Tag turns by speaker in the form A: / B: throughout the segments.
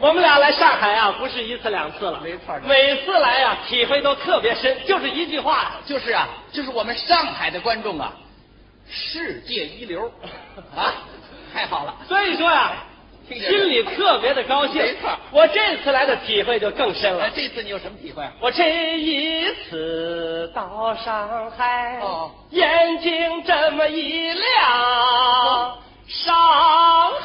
A: 我们俩来上海啊，不是一次两次了，
B: 没错儿
A: 每次来啊，体会都特别深，就是一句话呀、
B: 就是啊，就是我们上海的观众啊，世界 一流啊，太好了，
A: 所以说呀、
B: 听见
A: 心里特别的高兴。
B: 没错儿
A: 我这次来的体会就更深
B: 哎
A: 了。
B: 这次你有什么体会啊？
A: 我这一次到上海，
B: 哦
A: 眼睛这么一亮
B: 哦，
A: 上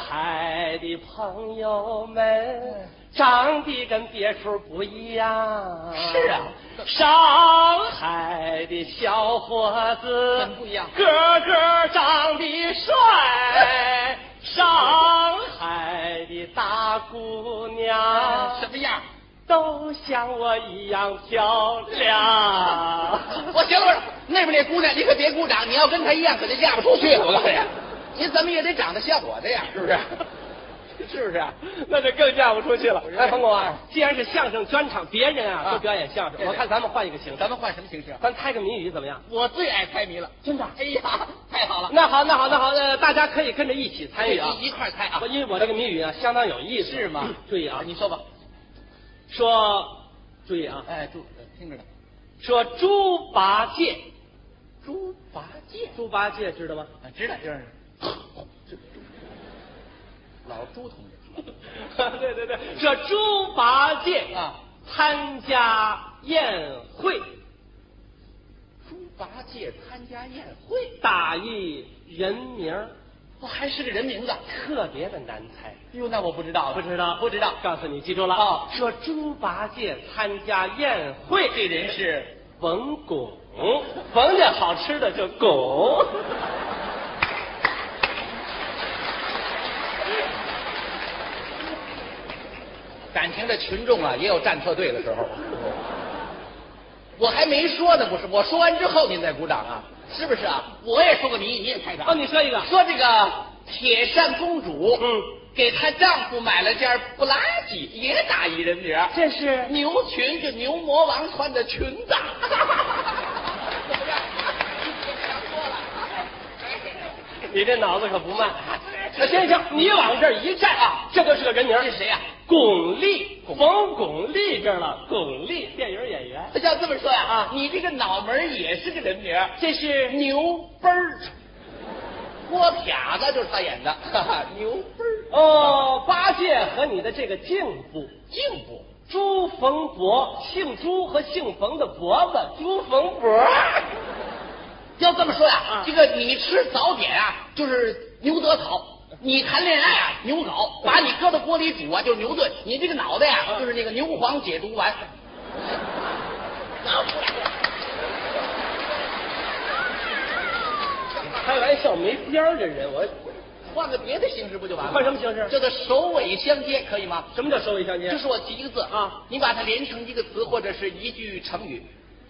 A: 海的朋友们
B: 嗯
A: 长得跟别处不一样。
B: 是啊
A: 上海的小伙子
B: 怎么不一样
A: 个个长得 帅。上海的大姑娘，
B: 哎什么 样？
A: 都像我一样漂亮。
B: 我行了，我说那边那姑娘，你可别鼓掌，你要跟她一样，可就嫁不出去 了。我告诉你，你怎么也得长得像我这样，是不是？是不是啊？
A: 那就更嫁不出去了
B: 不。是
A: 哎，冯巩啊，既然是相声专场，别人啊
B: 啊
A: 都表演相声，
B: 对对
A: 我看咱们换一个形式，
B: 咱们换什么形式啊？
A: 咱猜个谜语怎么样？
B: 我最爱猜谜了，
A: 真的
B: 哎呀，太好了，
A: 那好，那好，那好，呃，大家可以跟着一起参与啊。
B: 一一块儿猜啊
A: 我？因为我这个谜语啊相当有意思。
B: 是吗哎
A: 嗯？注意啊，
B: 你说吧。
A: 说，注意啊，
B: 哎，猪，呃听着呢，
A: 说猪八戒，
B: 猪八戒，
A: 猪八戒知道吗？
B: 啊，知道就是，这猪老朱同志
A: 对对对，说猪八戒
B: 啊，
A: 参加宴会，
B: 猪八戒参加宴会，
A: 打一人名儿
B: 哦，还是个人名字。
A: 特别的难猜。
B: 哟，那我不知道了，
A: 不知道，
B: 不知道。
A: 告诉你，记住了
B: 哦
A: 说猪八戒参加宴会，
B: 这人是
A: 冯巩，冯家好吃的叫巩。
B: 感情这群众啊，也有站错队的时候。我还没说呢，不是？我说完之后您再鼓掌啊，是不是啊？我也说过谜，你也开掌。
A: 哦，你说一个，
B: 说这个铁扇公主，
A: 嗯，
B: 给她丈夫买了件布拉吉，也打一人名儿。
A: 这是
B: 牛群是牛魔王穿的裙子。怎么样？
A: 你这脑子可不慢。 那行行，你往这儿一站啊，这就是个人名儿。
B: 这谁呀、
A: 巩俐，冯巩俐这儿了，巩�ลี่电影演员，
B: 他要这么说呀、
A: 啊
B: 你这个脑门儿也是个人名儿，
A: 这是
B: 牛奔儿，郭撇子就是他演的，哈哈，牛奔儿
A: 哦，八戒和你的这个敬步，
B: 进步。
A: 朱逢博，姓朱和姓冯的伯子，朱逢博。
B: 要这么说呀、
A: 啊
B: 这个你吃早点啊，就是牛得草；你谈恋爱啊，牛睾；把你搁到锅里煮啊，就是牛炖；你这个脑袋呀、
A: 啊
B: 就是那个牛黄解毒丸。
A: 开玩笑没边儿的人，我
B: 换个别的形式不就完了？
A: 换什么形式
B: 叫做首尾相接，可以吗？
A: 什么叫首尾相接？
B: 就是我提一个字
A: 啊
B: 你把它连成一个词或者是一句成语，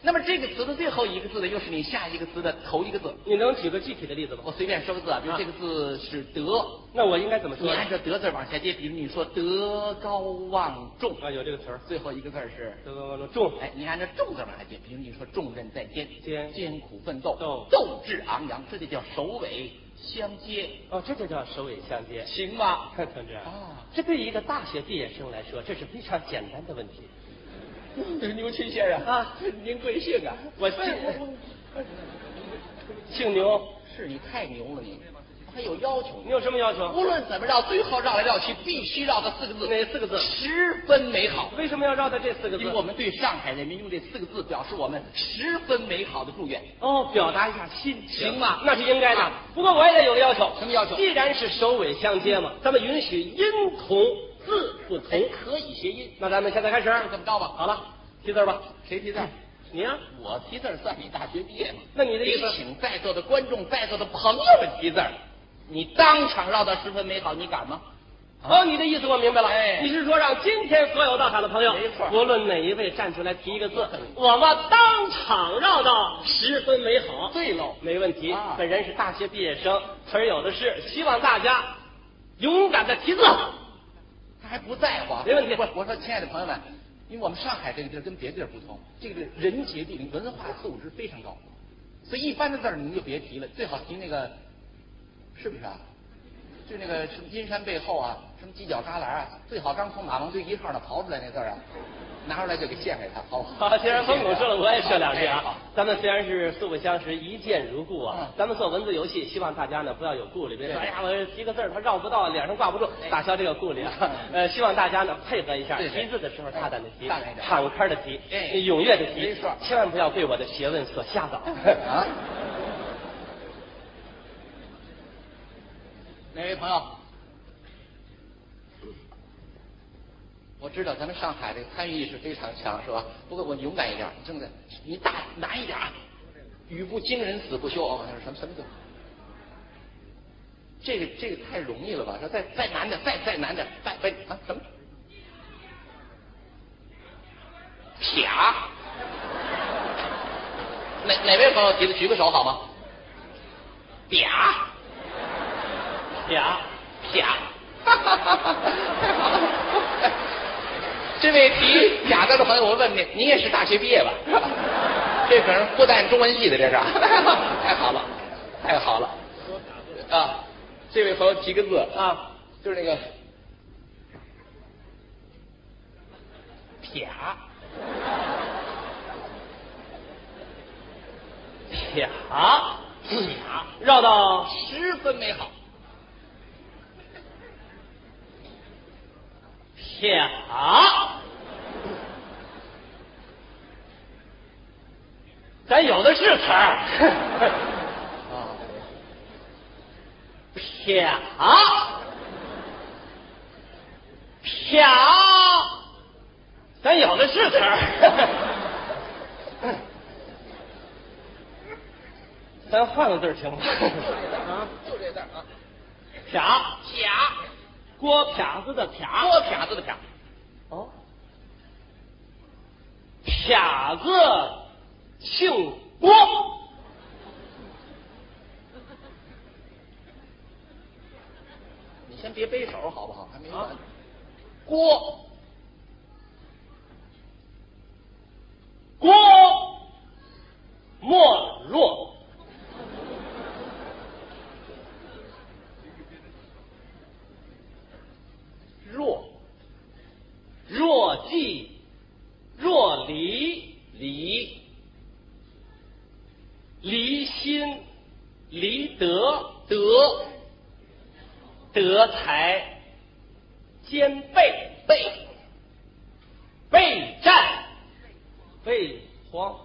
B: 那么这个词的最后一个字呢，又是你下一个词的头一个字。
A: 你能举个具体的例子吗
B: 我？随便说个字啊，比如
A: 啊
B: 这个字是德，
A: 那我应该怎么说
B: 你
A: 呢？
B: 按照德字往下接，比如你说德高望重，
A: 啊，有这个词儿，呃
B: 最后一个字儿是，
A: 这个重
B: 哎，你按照重字往下接，比如你说重任在肩，
A: 肩
B: 艰苦奋斗，
A: 斗
B: 斗志昂扬，这就叫首尾相接，
A: 哦，这就叫首尾相接。
B: 行吗？
A: 看同志啊
B: 啊，
A: 这对于一个大学毕业生来说，这是非常简单的问题。
B: 牛群先生
A: 啊，
B: 您贵姓啊？
A: 我 姓姓牛，
B: 是你太牛了你，还有要求
A: 你。有什么要求？
B: 无论怎么绕，最后绕来绕去，必须绕到四个字，
A: 哪四个字
B: 十分美好。
A: 为什么要绕到这四个字
B: 因为？我们对上海人民用这四个字表示我们十分美好的祝愿。
A: 哦，表达一下心情
B: 行吧
A: 那是应该的
B: 啊。
A: 不过我也得有个要求，
B: 什么要求
A: 既然是首尾相接嘛，咱们允许音同字不同
B: 哎。可以谐音，
A: 那咱们现在开始，
B: 就这么着吧。
A: 好了，提字儿吧。
B: 谁提字？
A: 你呀、
B: 我提字儿算你大学毕业吗？
A: 那你的意思
B: 得请在座的观众、在座的朋友们提字儿，你当场绕到十分美好，你敢吗？
A: 哦，你的意思我明白了。
B: 哎
A: 你是说让今天所有到场的朋友，
B: 没错
A: 无论哪一位站出来提一个字
B: 嗯，
A: 我们当场绕道，十分美好。
B: 啊对喽
A: 没问题
B: 啊。
A: 本人是大学毕业生，词儿有的是，希望大家勇敢的提字。
B: 他还不在乎啊，
A: 没问题
B: 不是，我说亲爱的朋友们，因为我们上海这个地儿跟别的地儿不同，这个人杰地灵，文化素质非常高，所以一般的字儿您就别提了，最好提那个，是不是啊？就那个什么阴山背后啊，什么犄角旮旯啊，最好刚从马王堆一号那刨出来那字儿啊，拿出来就给献给他，好不
A: 好，既然冯巩说了，我也说两句
B: 好
A: 啊。咱们虽然是素不相识，一见如故啊
B: 嗯。
A: 咱们做文字游戏，希望大家呢不要有顾虑，别说
B: 对哎
A: 哎呀，我提个字儿他绕不到，脸上挂不住，打消这个顾虑啊
B: 嗯。
A: 呃，希望大家呢配合一下，
B: 对对
A: 提字的时候大胆的提，
B: 大胆一点
A: 敞开的提，
B: 哎
A: 踊跃的提
B: 没错，
A: 千万不要被我的学问所吓 倒。
B: 好？啊？哪位朋友？我知道咱们上海这个参与意识非常强，是吧？不过我勇敢一点，正在你大难一点啊！语不惊人死不休啊！我说什么什么字？这个这个太容易了吧？说再再难点，再再难点，再再啊什么？啪！哪哪位朋友提的？举个手好吗？啪
A: 呀，
B: 啪，哈哈哈哈太好了！这位提假字的朋友，我问你，你也是大学毕业吧？这可是复旦中文系的，这是？啊太好了，太好了！啊，这位朋友提个字
A: 啊，
B: 就是那个
A: 啊
B: 啪
A: 呀，呀，啊 绕到
B: 十分美好。
A: 呀。咱有的是词儿。
B: 啊，
A: 飘，啊飘，咱有的是词儿， 咱换个字儿行吗？啊，
B: 就这字儿啊，
A: 飘，
B: 啪。
A: 郭飘子的飘，
B: 多撇子的撇，
A: 哦，飘子姓郭，
B: 你先别背手好不好？还没完。
A: 啊
B: 郭
A: 郭沫若，
B: 若
A: 若即若离。
B: 离
A: 离心、离德、
B: 德
A: 德才兼备，
B: 备
A: 备战、备荒。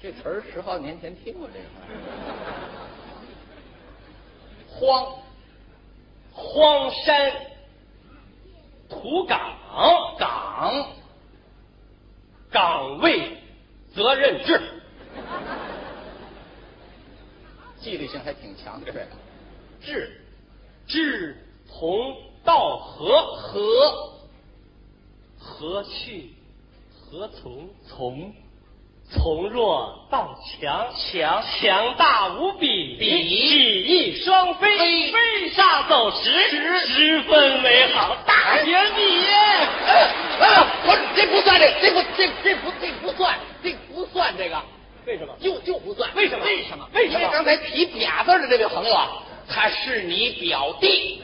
B: 这词儿十好几年前听过这个词儿。荒
A: 荒山土岗，
B: 岗
A: 岗位责任制，
B: 纪律性还挺强，这位
A: 志志同道合，
B: 和
A: 何去何从？从从弱到强，
B: 强
A: 强大无比，
B: 比
A: 比翼双飞，
B: 飞
A: 飞沙走石，
B: 石
A: 十分美好。大学毕业，
B: 哎，不是，这不算这，这不这这不这不算，这不算这个，
A: 为什么？
B: 就就不算。
A: 为什么
B: 为什么？
A: 为什么
B: 因为刚才提嗲字儿的这位朋友啊，他是你表弟。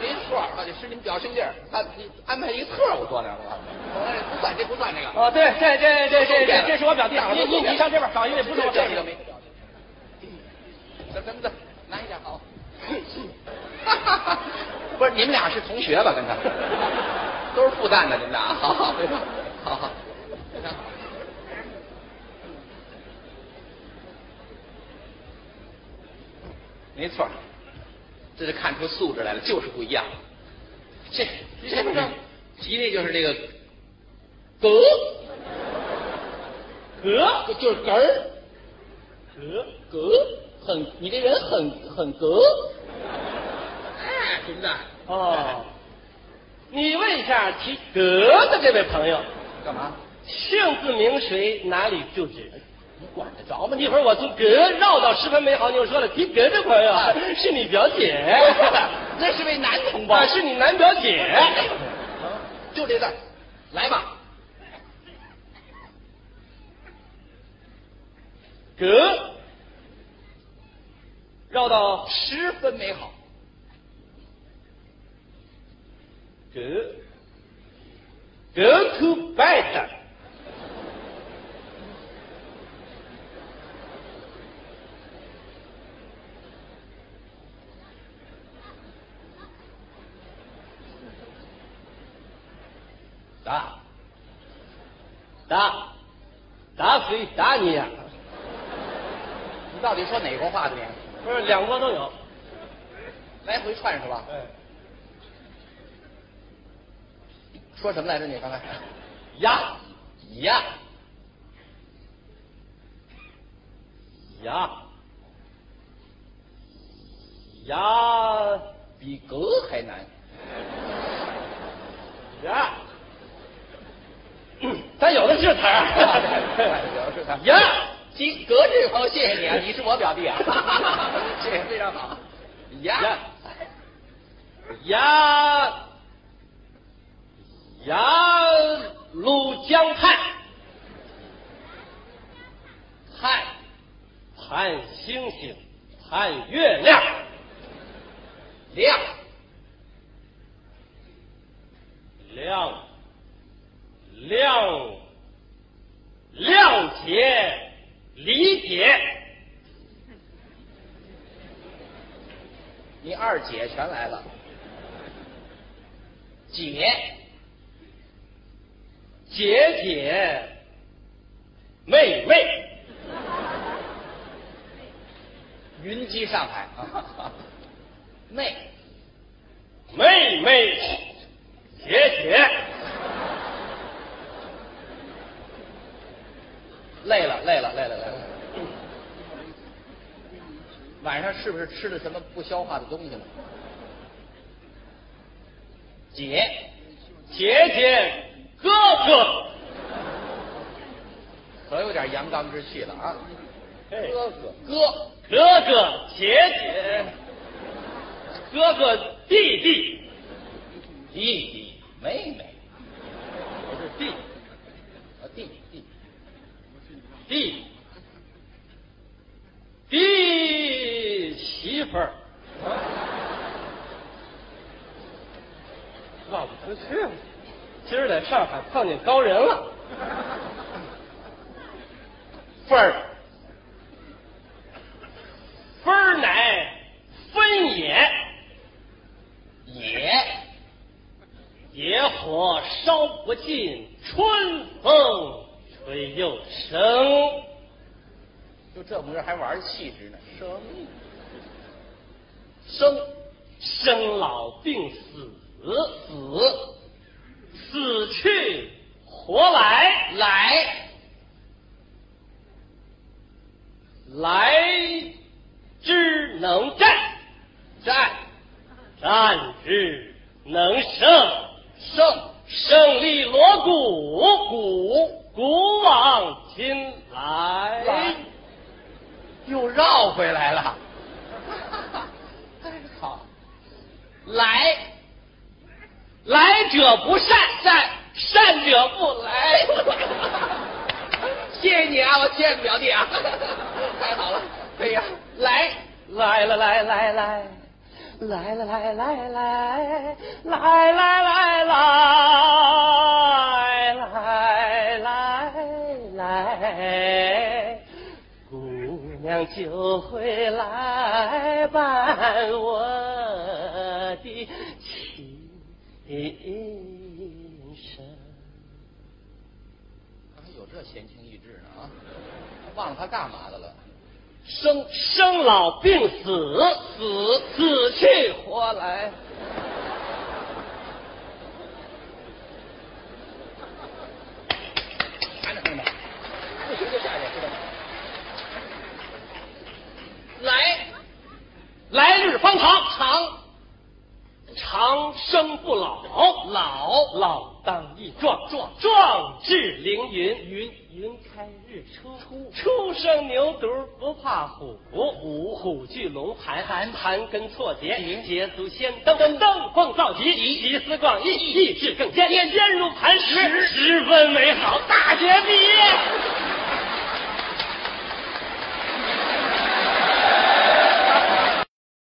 B: 没错儿，他就是你们表兄弟儿。他你安排一特务坐那儿了，我说这哎不算，这不算这个。
A: 哦，对，这这这这这这是我表弟
B: 长，
A: 你
B: 得不
A: 你你
B: 像
A: 上这边找一位，不是我表
B: 这
A: 弟
B: 个没。这真的，拿一下好。哈哈哈不是，你们俩是同学吧？跟他都是复旦的，你们俩，好好，对吧？好好。非常好没错儿，这就看出素质来了，就是不一样。这这不是吉利就是这个格，
A: 格
B: 就就是格儿。
A: 格
B: 格，很，你这人很很格。哎，真的。
A: 哦，你问一下提格的这位朋友，
B: 干嘛？
A: 姓字名谁，哪里住址？
B: 你管得着吗？
A: 一
B: 你
A: 会儿我从格绕到十分美好，你又说了提格的朋友
B: 啊
A: 是你表姐，
B: 那是位男同胞。
A: 啊，哎是你男表 姐。
B: 就这字儿，来吧。
A: 格高到
B: 十分美好。
A: good go to bed。打打打谁打你呀、
B: 你到底说哪国话的你？
A: 不是两国都有。
B: 来回串是吧？
A: 哎，
B: 说什么来着？你刚才
A: 呀
B: 呀
A: 呀呀
B: 比格还难。
A: 呀， 咱有的是词啊
B: 有的是词儿
A: 儿。呀
B: 及格这朋友，谢谢你啊，你是我表弟啊， 谢谢，非常好。呀
A: 呀呀呀，鲁江畔，
B: 嗨，
A: 看星星，看月亮，
B: 亮
A: 亮亮谅解理解，
B: 你二姐全来了。姐，
A: 姐姐妹妹。
B: 云居上海 啊，妹，
A: 妹妹，姐姐，
B: 累了，累了，累了，累了。晚上是不是吃了什么不消化的东西了？姐，
A: 姐姐，哥哥，
B: 可有点阳刚之气了啊！
A: 嘿
B: 哥哥，哥，
A: 哥哥，姐姐，哥哥，弟弟，
B: 弟弟，妹妹，
A: 不是弟，
B: 啊，弟弟，
A: 弟，弟媳妇 儿，绕不出去了。啊今儿在上海碰见高人 了，
B: 份儿，
A: 分儿乃分也。
B: 也，
A: 野火烧不尽，春风吹又生。
B: 就这模样还玩气质呢，生，生，
A: 生老病死，
B: 子，
A: 死去活来，
B: 来，
A: 来之能战，
B: 战，
A: 战之能胜，
B: 胜，
A: 胜利锣鼓，鼓古往今来
B: 来。，又绕回来 了，好，来，
A: 来者不善，
B: 战，
A: 善者不
B: 来
A: 来。
B: 哎谢谢你啊，我谢谢表弟啊， 太好了，啊对呀，来。
A: 来了来来来，来了来来来，来来来来来来来，姑娘就会来伴我的琴声。
B: 还有这闲情逸致呢啊！忘了他干嘛的了？生
A: 生老病死，死死去活来。
B: 看着看着，不行就下去，知道吗？来，
A: 来日方长，
B: 长
A: 长生不老，老老当益壮，
B: 壮
A: 壮志凌云，云云开日出，出初生牛犊不怕虎，虎虎踞龙盘，盘盘根错节，捷足先登，登峰造极，集思广益，意志更坚，坚如磐石，十分美好，大学毕业。